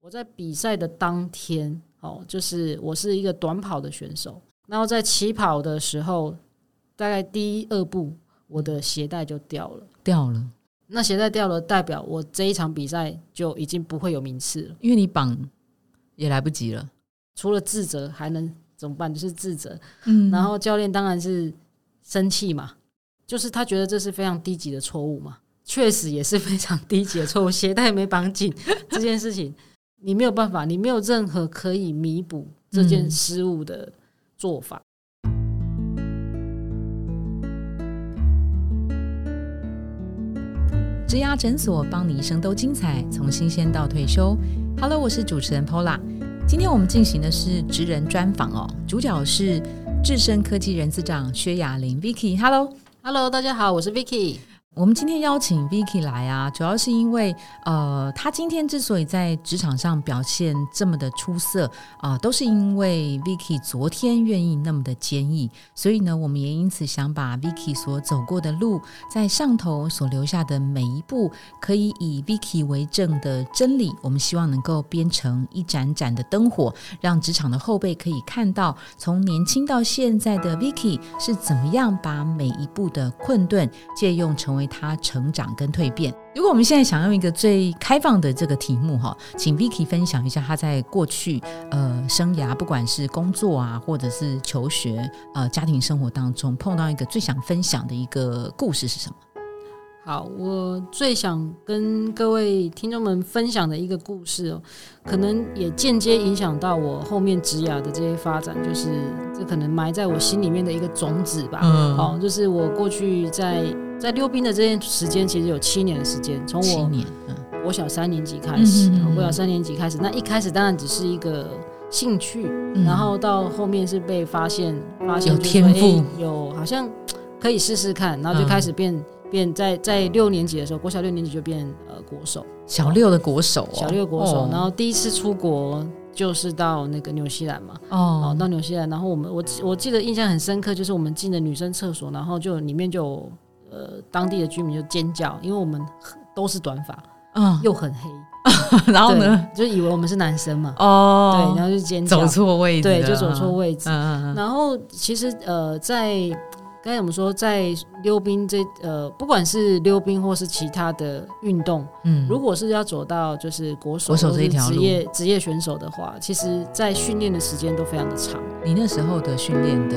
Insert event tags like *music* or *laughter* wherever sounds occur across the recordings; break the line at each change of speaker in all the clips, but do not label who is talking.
我在比赛的当天，哦，就是我是一个短跑的选手，然后在起跑的时候，大概第一二步，我的鞋带就掉了。
掉了，
那鞋带掉了，代表我这一场比赛就已经不会有名次了。
因为你绑也来不及了。
除了自责，还能怎么办？就是自责。
嗯
然后教练当然是生气嘛，就是他觉得这是非常低级的错误嘛，确实也是非常低级的错误，鞋带没绑紧 *laughs* 这件事情，你没有办法，你没有任何可以弥补这件
嗯
失误的做法。
植牙诊所帮你一生都精彩，从新鲜到退休。Hello，我是主持人 Pola。今天我们进行的是职人专访哦，主角是智深科技人资长薛雅玲 Vicky。Hello，
Hello，大家好，我是 Vicky。
我们今天邀请 Vicky 来啊，主要是因为呃，她今天之所以在职场上表现这么的出色啊、都是因为 Vicky 昨天愿意那么的坚毅，所以呢，我们也因此想把 Vicky 所走过的路，在上头所留下的每一步，可以以 Vicky 为证的真理，我们希望能够编成一盏盏的灯火，让职场的后辈可以看到，从年轻到现在的 Vicky 是怎么样把每一步的困顿借用成为他成长跟蜕变。如果我们现在想用一个最开放的这个题目哈，请 Vicky 分享一下他在过去呃生涯，不管是工作啊，或者是求学呃家庭生活当中，碰到一个最想分享的一个故事是什么？
好，我最想跟各位听众们分享的一个故事哦，可能也间接影响到我后面职涯的这些发展，就是这可能埋在我心里面的一个种子吧。
嗯
哦，就是我过去在在溜冰的这段时间，其实有七年的时间，从
七
我
年，嗯
国小三年级开始，
嗯嗯嗯
哦
嗯
国小三年级开始，那一开始当然只是一个兴趣，
嗯
然后到后面是被发现，发现
有
就是
天
说
赋
诶有好像可以试试看，然后就
嗯
开始变、变在在六年级的时候，国小六年级就变呃国手，
小六的国手、哦，
小六国手，
哦
然后第一次出国就是到那个纽西兰嘛，哦
哦，，
到纽西兰，然后我们我记我记得印象很深刻，就是我们进的女生厕所，然后就里面就有呃当地的居民就尖叫，因为我们都是短发，
嗯，
又很黑，
*laughs* 然后
对
呢？，
就以为我们是男生嘛，
哦
对，，然后就尖叫
走，错位置了，
对，就走错位置。
嗯，嗯嗯
然后其实呃，在该怎么说，在溜冰这呃，不管是溜冰或是其他的运动，
嗯，
如果是要走到就是国手
国手
或
这一
是
条
职
路
业职业选手的话，其实在训练的时间都非常的长。
你那时候的训练的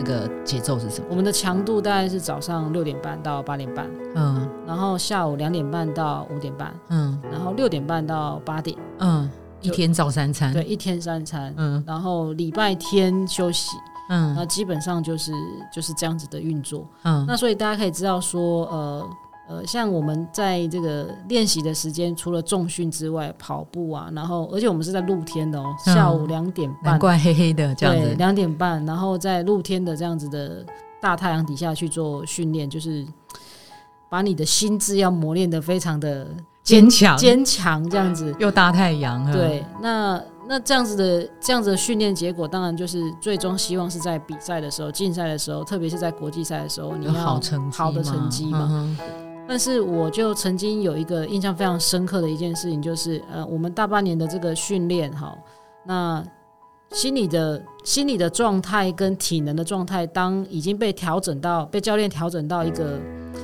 那个节奏是什么？
我们的强度大概是早上六点半到八点半，
嗯
然后下午两点半到五点半，
嗯
然后六点半到八点，
嗯，一
就
天照三餐。
对，，一天三餐，
嗯
然后礼拜天休息，那
嗯
基本上就是就是这样子的运作。
嗯，
那所以大家可以知道说，呃呃，像我们在这个练习的时间，除了重训之外，跑步啊，然后而且我们是在露天的哦，
嗯
下午两点
难
半，
怪黑黑的这样
对，
子。
两点半，然后在露天的这样子的大太阳底下去做训练，就是把你的心智要磨练的非常的
坚强
坚强这样子。
又大太阳。嗯，
对，那那这样子的这样子的训练结果，当然就是最终希望是在比赛的时候、竞赛的时候，特别是在国际赛的时候，你
有
要
好成绩吗，
好的成绩嘛。
嗯
但是我就曾经有一个印象非常深刻的一件事情，就是呃，我们大半年的这个训练哈，那心理的心理的状态跟体能的状态，当已经被调整到被教练调整到一个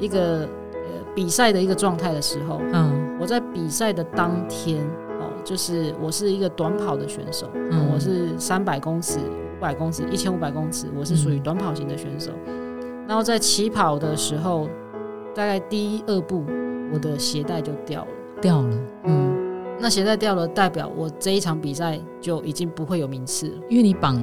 一个呃比赛的一个状态的时
嗯
候，
哼？
我在比赛的当天哦，就是我是一个短跑的选手，
嗯嗯，
我是三百公尺、五百公尺、一千五百公尺，我是属于
嗯
短跑型的选手。然后在起跑的时候，大概第一二步，我的鞋带就掉了。
掉了。嗯，
那鞋带掉了，代表我这一场比赛就已经不会有名次了，
因为你绑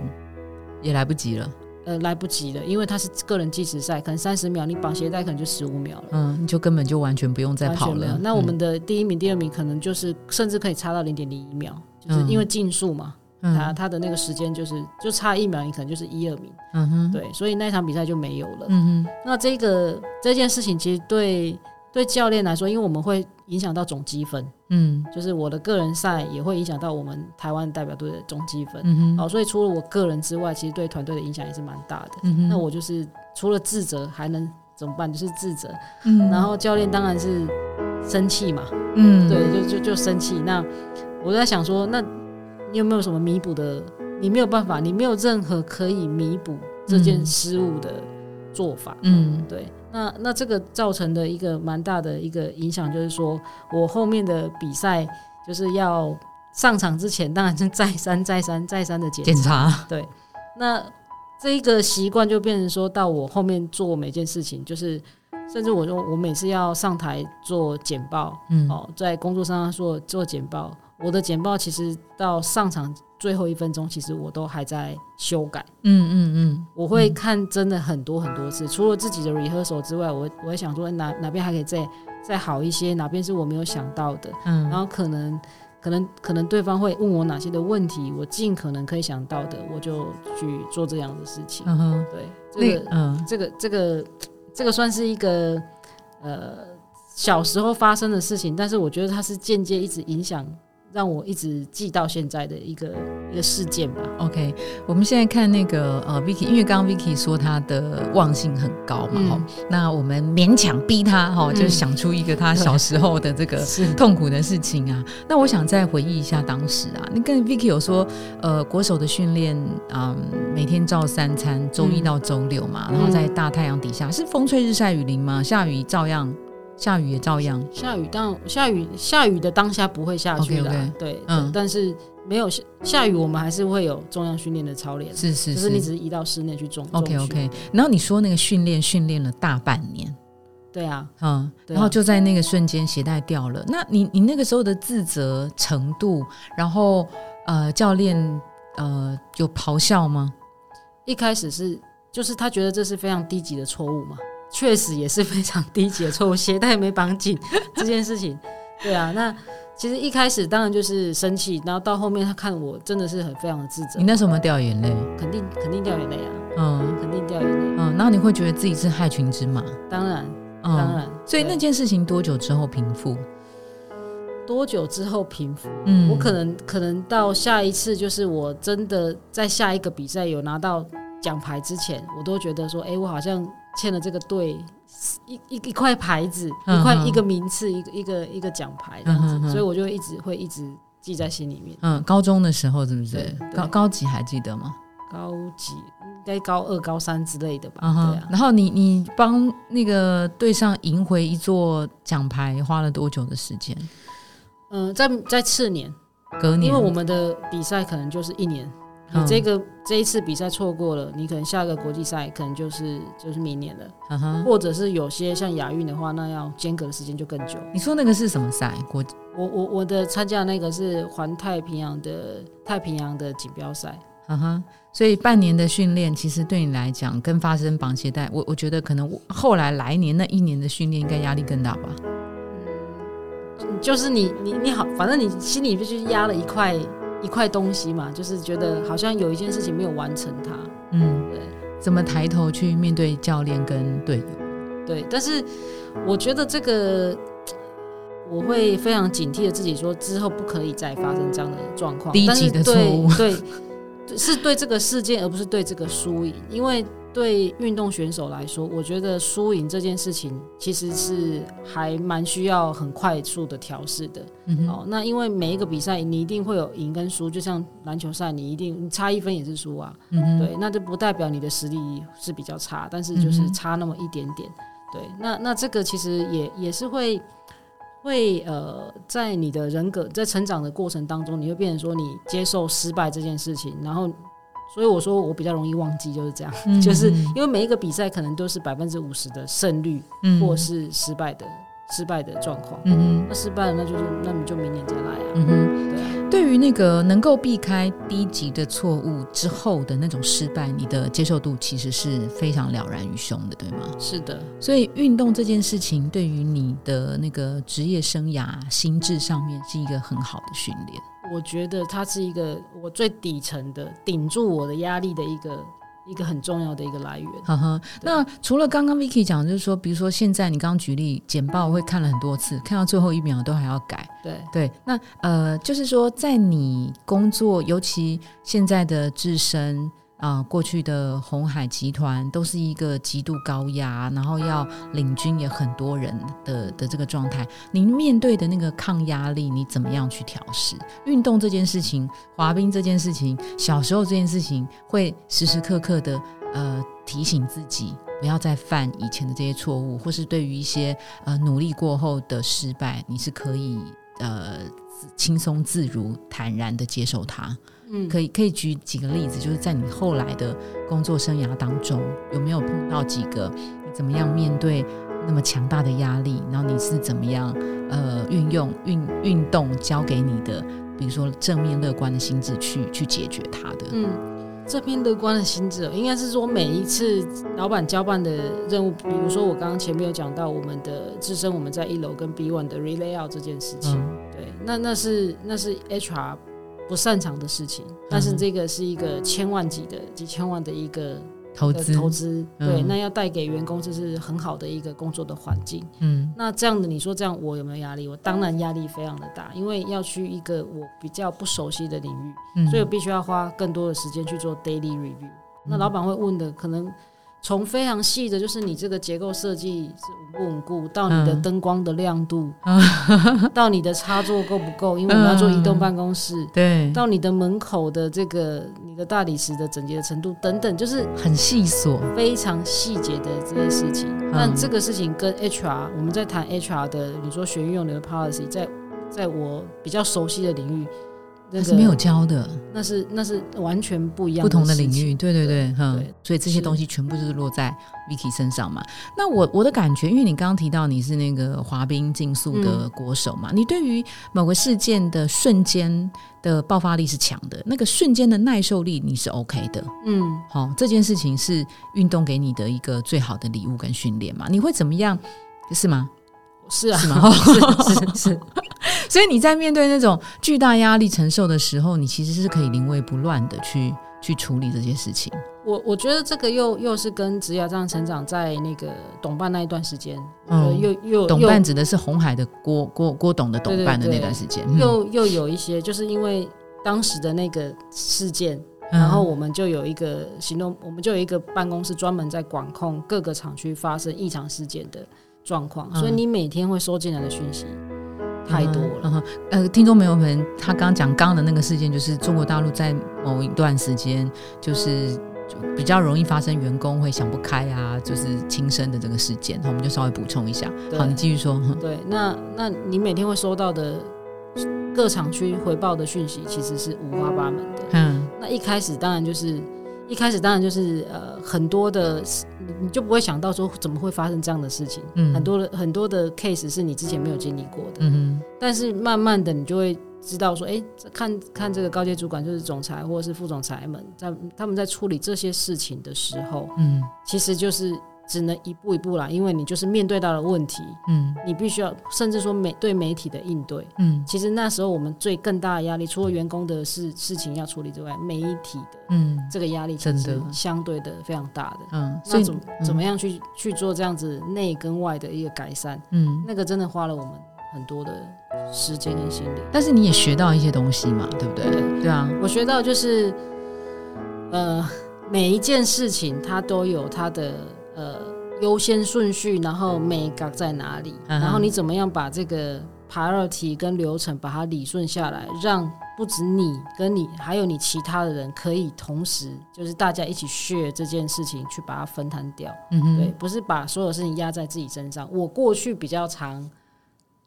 也来不及了。
呃，来不及了，因为它是个人计时赛，可能三十秒，你绑鞋带可能就十五秒了。
嗯，你就根本就完全不用再
完
跑
全没有
了。嗯
那我们的第一名、第二名可能就是甚至可以差到零点零一秒，就是
嗯
因为竞速嘛，
嗯
它它的那个时间就是就差一秒，你可能就是一二名，
嗯哼，
对，所以那一场比赛就没有了。
嗯
那这个这件事情其实对对教练来说，因为我们会影响到总积分，
哼，嗯
就是我的个人赛也会影响到我们台湾代表队的总积分。
嗯哼，
哦，所以除了我个人之外，其实对团队的影响也是蛮大的。
嗯哼，
那我就是除了自责还能怎么办？就是自责，
嗯，
然后教练当然是生气嘛，
嗯
对，就就就生气。那我在想说，那你有没有什么弥补的？你没有办法，你没有任何可以弥补这件
嗯
失误的做法。
嗯
对，那那这个造成的一个蛮大的一个影响，就是说我后面的比赛就是要上场之前，当然是再三、再三、再三的检
检查，
对，那这一个习惯就变成说到我后面做每件事情，就是甚至我就我每次要上台做简报，
嗯
哦，在工作上做做简报，我的简报其实到上场最后一分钟，其实我都还在修改。
嗯嗯
我会看真的很多很多次，除了自己的 rehearsal 之外，我会我会想说哪哪边还可以再再好一些，哪边是我没有想到的，
嗯
然
嗯
后可能可能可能对方会问我哪些的问题，我尽可能可以想到的，我就去做这样的事情。
嗯哼，
对，这
那
个
嗯
这个这个这个算是一个呃小时候发生的事情，但是我觉得它是间接一直影响，让我一直记到现在的一个一个事件吧。
OK，我们现在看那个呃 Vicky，因为刚刚 Vicky 说她的忘性很高嘛，哈、
嗯
那我们勉强逼她哈、
嗯
就想出一个她小时候的这个
是
痛苦的事情啊。那我想再回忆一下当时啊，你跟 Vicky 有说，呃，国手的训练，嗯，每天照三餐，周一
嗯
到周六嘛，
嗯
然后在大太阳底下，是风吹日晒雨淋吗？下雨照样，下雨也照样，
下雨当下雨下雨的当下不会下去啦
OK，OK
对，
嗯
但是没有下下雨，我们还是会有重量训练的操练，
是是
就是是你只是移到室内去重。
o k
重训
OK。然后你说那个训练训练了大半年。
对啊，
嗯，
对啊
然后就在那个瞬间鞋带掉了。那你你那个时候的自责程度，然后呃，教练呃有咆哮吗？
一开始是就是他觉得这是非常低级的错误嘛，确实也是非常低级的错误，鞋带没绑紧这件事情， *laughs* 对啊，那其实一开始当然就是生气，然后到后面他看我真的是很非常的自责
你，那时候有没有掉眼泪？
肯定肯定掉眼泪啊，
嗯
肯定掉眼泪，
嗯，然后你会觉得自己是害群之马，
当然当
嗯，
然，
所以
对
那件事情多久之后平复？
多久之后平复？
嗯
我可能可能到下一次，就是我真的在下一个比赛有拿到奖牌之前，我都觉得说，哎、我好像欠了这个队一一一块牌子，
嗯
一块
嗯
一个名次，一个一个一个奖牌这样子，
嗯嗯嗯
所以我就一直会一直记在心里面。
嗯，高中的时候是不是
对？对
高高级还记得吗？
高级应该高二、高三之类的吧？
嗯哼
对啊，
然后你你帮那个队上赢回一座奖牌，花了多久的时间？
嗯、在在次年，
隔
因
年，
为我们的比赛可能就是一年。你
嗯
这个、这一次比赛错过了，你可能下一个国际赛可能就是就是明年了。
嗯哼，
或者是有些像亚运的话，那要间隔的时间就更久。
你说那个是什么赛？国
我我我的参加的那个是环太平洋的太平洋的锦标赛，
嗯哼，所以半年的训练，其实对你来讲，跟发生绑鞋带，我我觉得可能我后来来年那一年的训练，应该压力更大吧？
就是你你你好，反正你心里必须压了一块一块东西嘛，就是觉得好像有一件事情没有完成它，
嗯，
对
怎么抬头去面对教练跟队友？
对。但是我觉得这个。我会非常警惕的自己说，之后不可以再发生这样的状况。
低级
但是对
的错误
对，对是对这个事件，而不是对这个输赢。因为对运动选手来说，我觉得输赢这件事情其实是还蛮需要很快速的调试的。
嗯哼，
哦，那因为每一个比赛你一定会有赢跟输，就像篮球赛，你一定你差一分也是输啊。
嗯哼，
对，那就不代表你的实力是比较差，但是就
嗯
是
哼
差那么一点点。对，那那这个其实也也是会会呃，在你的人格在成长的过程当中，你会变成说你接受失败这件事情，然后所以我说我比较容易忘记就是这样，
嗯
就是
嗯
因为每一个比赛可能都是百分之五十的胜率
嗯
或是失败的失败的状况。
嗯哼。
那失败了，那就是那你就明年再来啊。
嗯哼，
对啊，
对于那个能够避开低级的错误之后的那种失败，你的接受度其实是非常了然于胸的，对吗？
是的，
所以运动这件事情对于你的那个职业生涯、心智上面是一个很好的训练。
我觉得它是一个我最底层的顶住我的压力的一个一个很重要的一个来源。
呵呵，那除了刚刚 Vicky 讲，就是说，比如说现在你刚刚举例简报会看了很多次，看到最后一秒都还要改。
对，
对，那呃，就是说，在你工作，尤其现在的自身啊、过去的红海集团都是一个极度高压，然后要领军也很多人的的这个状态，您面对的那个抗压力，你怎么样去调试？运动这件事情，滑冰这件事情，小时候这件事情，会时时刻刻的呃提醒自己。不要再犯以前的这些错误，或是对于一些呃努力过后的失败，你是可以呃自轻松自如、坦然的接受它。
嗯，
可以可以举几个例子，就是在你后来的工作生涯当中，有没有碰到几个你怎么样面对那么强大的压力？然后你是怎么样呃运用运运动教给你的，比如说正面乐观的心智去去解决它的？
嗯，这边乐观的心智哦应该是说每一次老板交办的任务，比如说我刚刚前面有讲到我们的自身我们在一楼跟 B one 的 relay out 这件事情，
嗯
对，那那是那是 HR 不擅长的事情，但是这个是一个千万级的几千万的一个
投
的
资
投资，对，
嗯
那要带给员工这是很好的一个工作的环境。
嗯
那这样的，你说这样我有没有压力？我当然压力非常的大，因为要去一个我比较不熟悉的领域，
嗯
所以我必须要花更多的时间去做 daily review。那
嗯
老板会问的，可能从非常细的，就是你这个结构设计是稳不稳固，到你的
嗯
灯光的亮
*laughs*
度，到你的插座够不够，因为我们要做移动办公室，
对
到你的门口的这个你的大理石的整洁的程度等等，就是
很细琐，
非常细节的这些事情。
嗯
但这个事情跟 HR，我们在谈 HR 的，你说学运用流的 policy，在在我比较熟悉的领域，那
但
个
是没有教的
那是那是完全不一样
不同的
事
领
情。
域，对对对，哼
对，
所以这些
是
东西全部就是落在 Vicky 身上嘛。那我我的感觉，因为你刚刚提到你是那个滑冰竞速的
嗯
国手嘛，你对于某个事件的瞬间的爆发力是强的，那个瞬间的耐受力你是 OK 的，
嗯，
好、这件事情是运动给你的一个最好的礼物跟训练嘛，你会怎么样？是吗？
是啊，
是
*laughs*
吗哦
是是是，
*laughs* 所以你在面对那种巨大压力承受的时候，你其实是可以临危不乱的去去处理这些事情。
*laughs* 我我觉得这个又又是跟职涯这样成长在那个董办那一段时间，
嗯
嗯，又又
董
又
办指的是红海的郭郭郭董的董办的
对对对
那段时间，嗯
又又有一些，就是因为当时的那个事件，
嗯
然后我们就有一个行动，我们就有一个办公室专门在管控各个厂区发生异常事件的状况，
嗯
所以你每天会收进来的讯息太多了。
嗯哼呃，听众朋友们，他刚刚讲刚刚的那个事件，就是中国大陆在某一段时间，就是就比较容易发生员工会想不开啊，就是轻生的这个事件，我们就稍微补充一下。
对
好，你继续说。哼
对，那那你每天会收到的各厂区回报的讯息，其实是五花八门的。
嗯
那一开始当然就是，一开始当然就是呃很多的，你你就不会想到说怎么会发生这样的事情。
嗯
很多的很多的 case 是你之前没有经历过的，
嗯
但是慢慢的你就会知道说，哎、这看看这个高阶主管就是总裁或者是副总裁们，在他们在处理这些事情的时候，
哼嗯
其实就是只能一步一步啦，因为你就是面对到了问题，
嗯
你必须要甚至说媒对媒体的应对。
嗯
其实那时候我们最更大的压力，除了员工的事事情要处理之外，媒体的
嗯
这个压力其
真
实
的
相对的非常大的。
嗯，所
那
以
怎么怎么样去、去做这样子内跟外的一个改善？
嗯，
那个真的花了我们很多的时间跟心力。
但是你也学到一些东西嘛，对不对？对啊，
我学到就是，呃，每一件事情它都有它的呃优先顺序，然后每个在哪里，
嗯哼
然后你怎么样把这个 priority 跟流程把它理顺下来，让不止你跟你还有你其他的人可以同时就是大家一起 share 这件事情去把它分摊掉。
嗯哼，
对，不是把所有事情压在自己身上。我过去比较常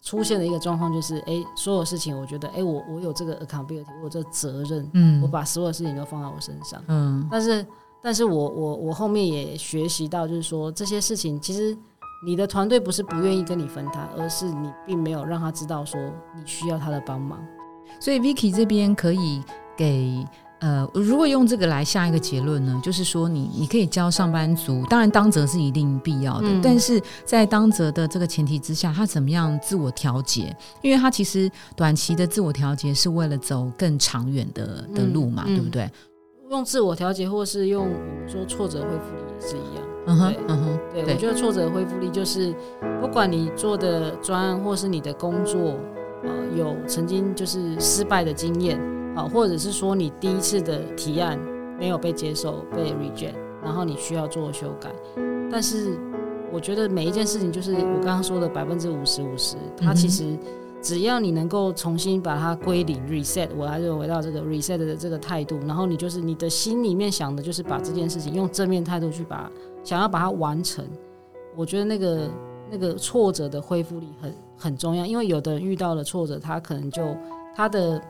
出现的一个状况就是，哎、所有事情我觉得，哎、我我有这个 accountability，我有这个责任，我
嗯
把所有事情都放在我身上。
嗯
但是，但是我我我后面也学习到，就是说这些事情其实。你的团队不是不愿意跟你分摊，而是你并没有让他知道说你需要他的帮忙。
所以 Vicky 这边可以给呃，如果用这个来下一个结论呢，就是说你你可以教上班族，当然当责是一定必要的，
嗯
但是在当责的这个前提之下，他怎么样自我调节？因为他其实短期的自我调节是为了走更长远的的路嘛，
嗯嗯
对不对？
用自我调节，或是用我们说挫折恢复力也是一样。
嗯哼
对，
嗯哼，
对，我觉得挫折恢复力就是，不管你做的专案或是你的工作，呃，有曾经就是失败的经验，啊、或者是说你第一次的提案没没有被接受、被 reject，然后你需要做修改。但是我觉得每一件事情，就是我刚刚说的百分之五十五十，它
嗯哼
其实只要你能够重新把它归零 reset，我还是回到这个 reset 的这个态度，然后你就是你的心里面想的就是把这件事情用正面态度去把想要把它完成。我觉得那个那个挫折的恢复力很很重要，因为有的人遇到了挫折，他可能就他的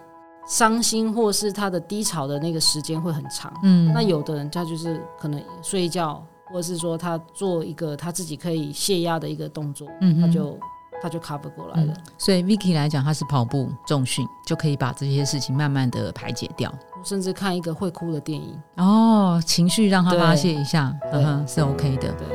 伤心或是他的低潮的那个时间会很长。
嗯，
那有的人他就是可能睡一觉，或者是说他做一个他自己可以泄压的一个动作，
嗯哼
他就他就 cover 过来了。
所以 Vicky 来讲，他是跑步重训，就可以把这些事情慢慢的排解掉。
甚至看一个会哭的电影，
哦，情绪让他
对
发泄一下，
对
嗯哼，是 OK 的。
对，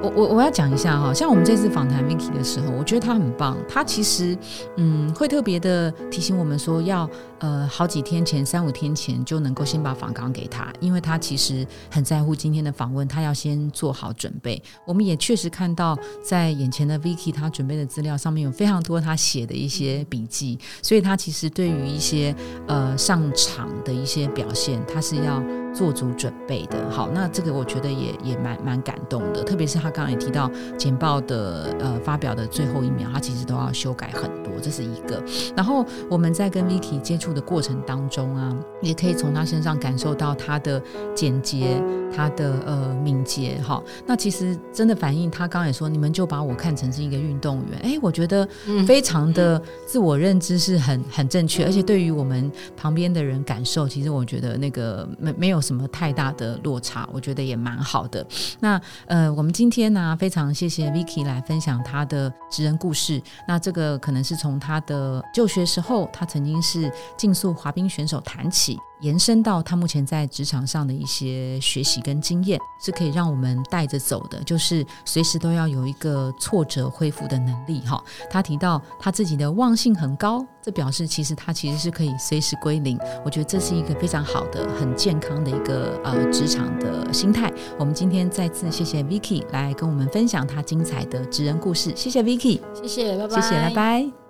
我我我要讲一下哈，像我们这次访谈 Vicky 的时候，我觉得他很棒。他其实嗯，会特别的提醒我们说要，呃好几天前、三五天前就能够先把访纲给他，因为他其实很在乎今天的访问，他要先做好准备。我们也确实看到，在眼前的 Vicky 他准备的资料上面有非常多他写的一些笔记，所以他其实对于一些呃上场的一些表现，他是要做足准备的。好，那这个我觉得也也蛮蛮感动的，特别是他刚刚也提到简报的呃发表的最后一秒，他其实都要修改很多，这是一个。然后我们在跟 Vicky 接触的过程当中啊，也可以从他身上感受到他的简洁，他的呃敏捷。哈，那其实真的反映他刚刚也说，你们就把我看成是一个运动员。哎，我觉得
嗯
非常的自我认知是很很正确，而且对于我们旁边的人感受，其实我觉得那个没没有什么太大的落差，我觉得也蛮好的。那呃，我们今天呢、非常谢谢 Vicky 来分享她的职人故事。那这个可能是从她的就学时候，她曾经是竞速滑冰选手谈起，延伸到她目前在职场上的一些学习跟经验，是可以让我们带着走的，就是随时都要有一个挫折恢复的能力哈。他提到他自己的忘性很高，这表示其实他其实是可以随时归零。我觉得这是一个非常好的、很健康的一个呃职场的心态。我们今天再次谢谢 Vicky 来跟我们分享她精彩的职人故事，谢谢 Vicky，
谢谢，拜拜，
谢谢，拜拜。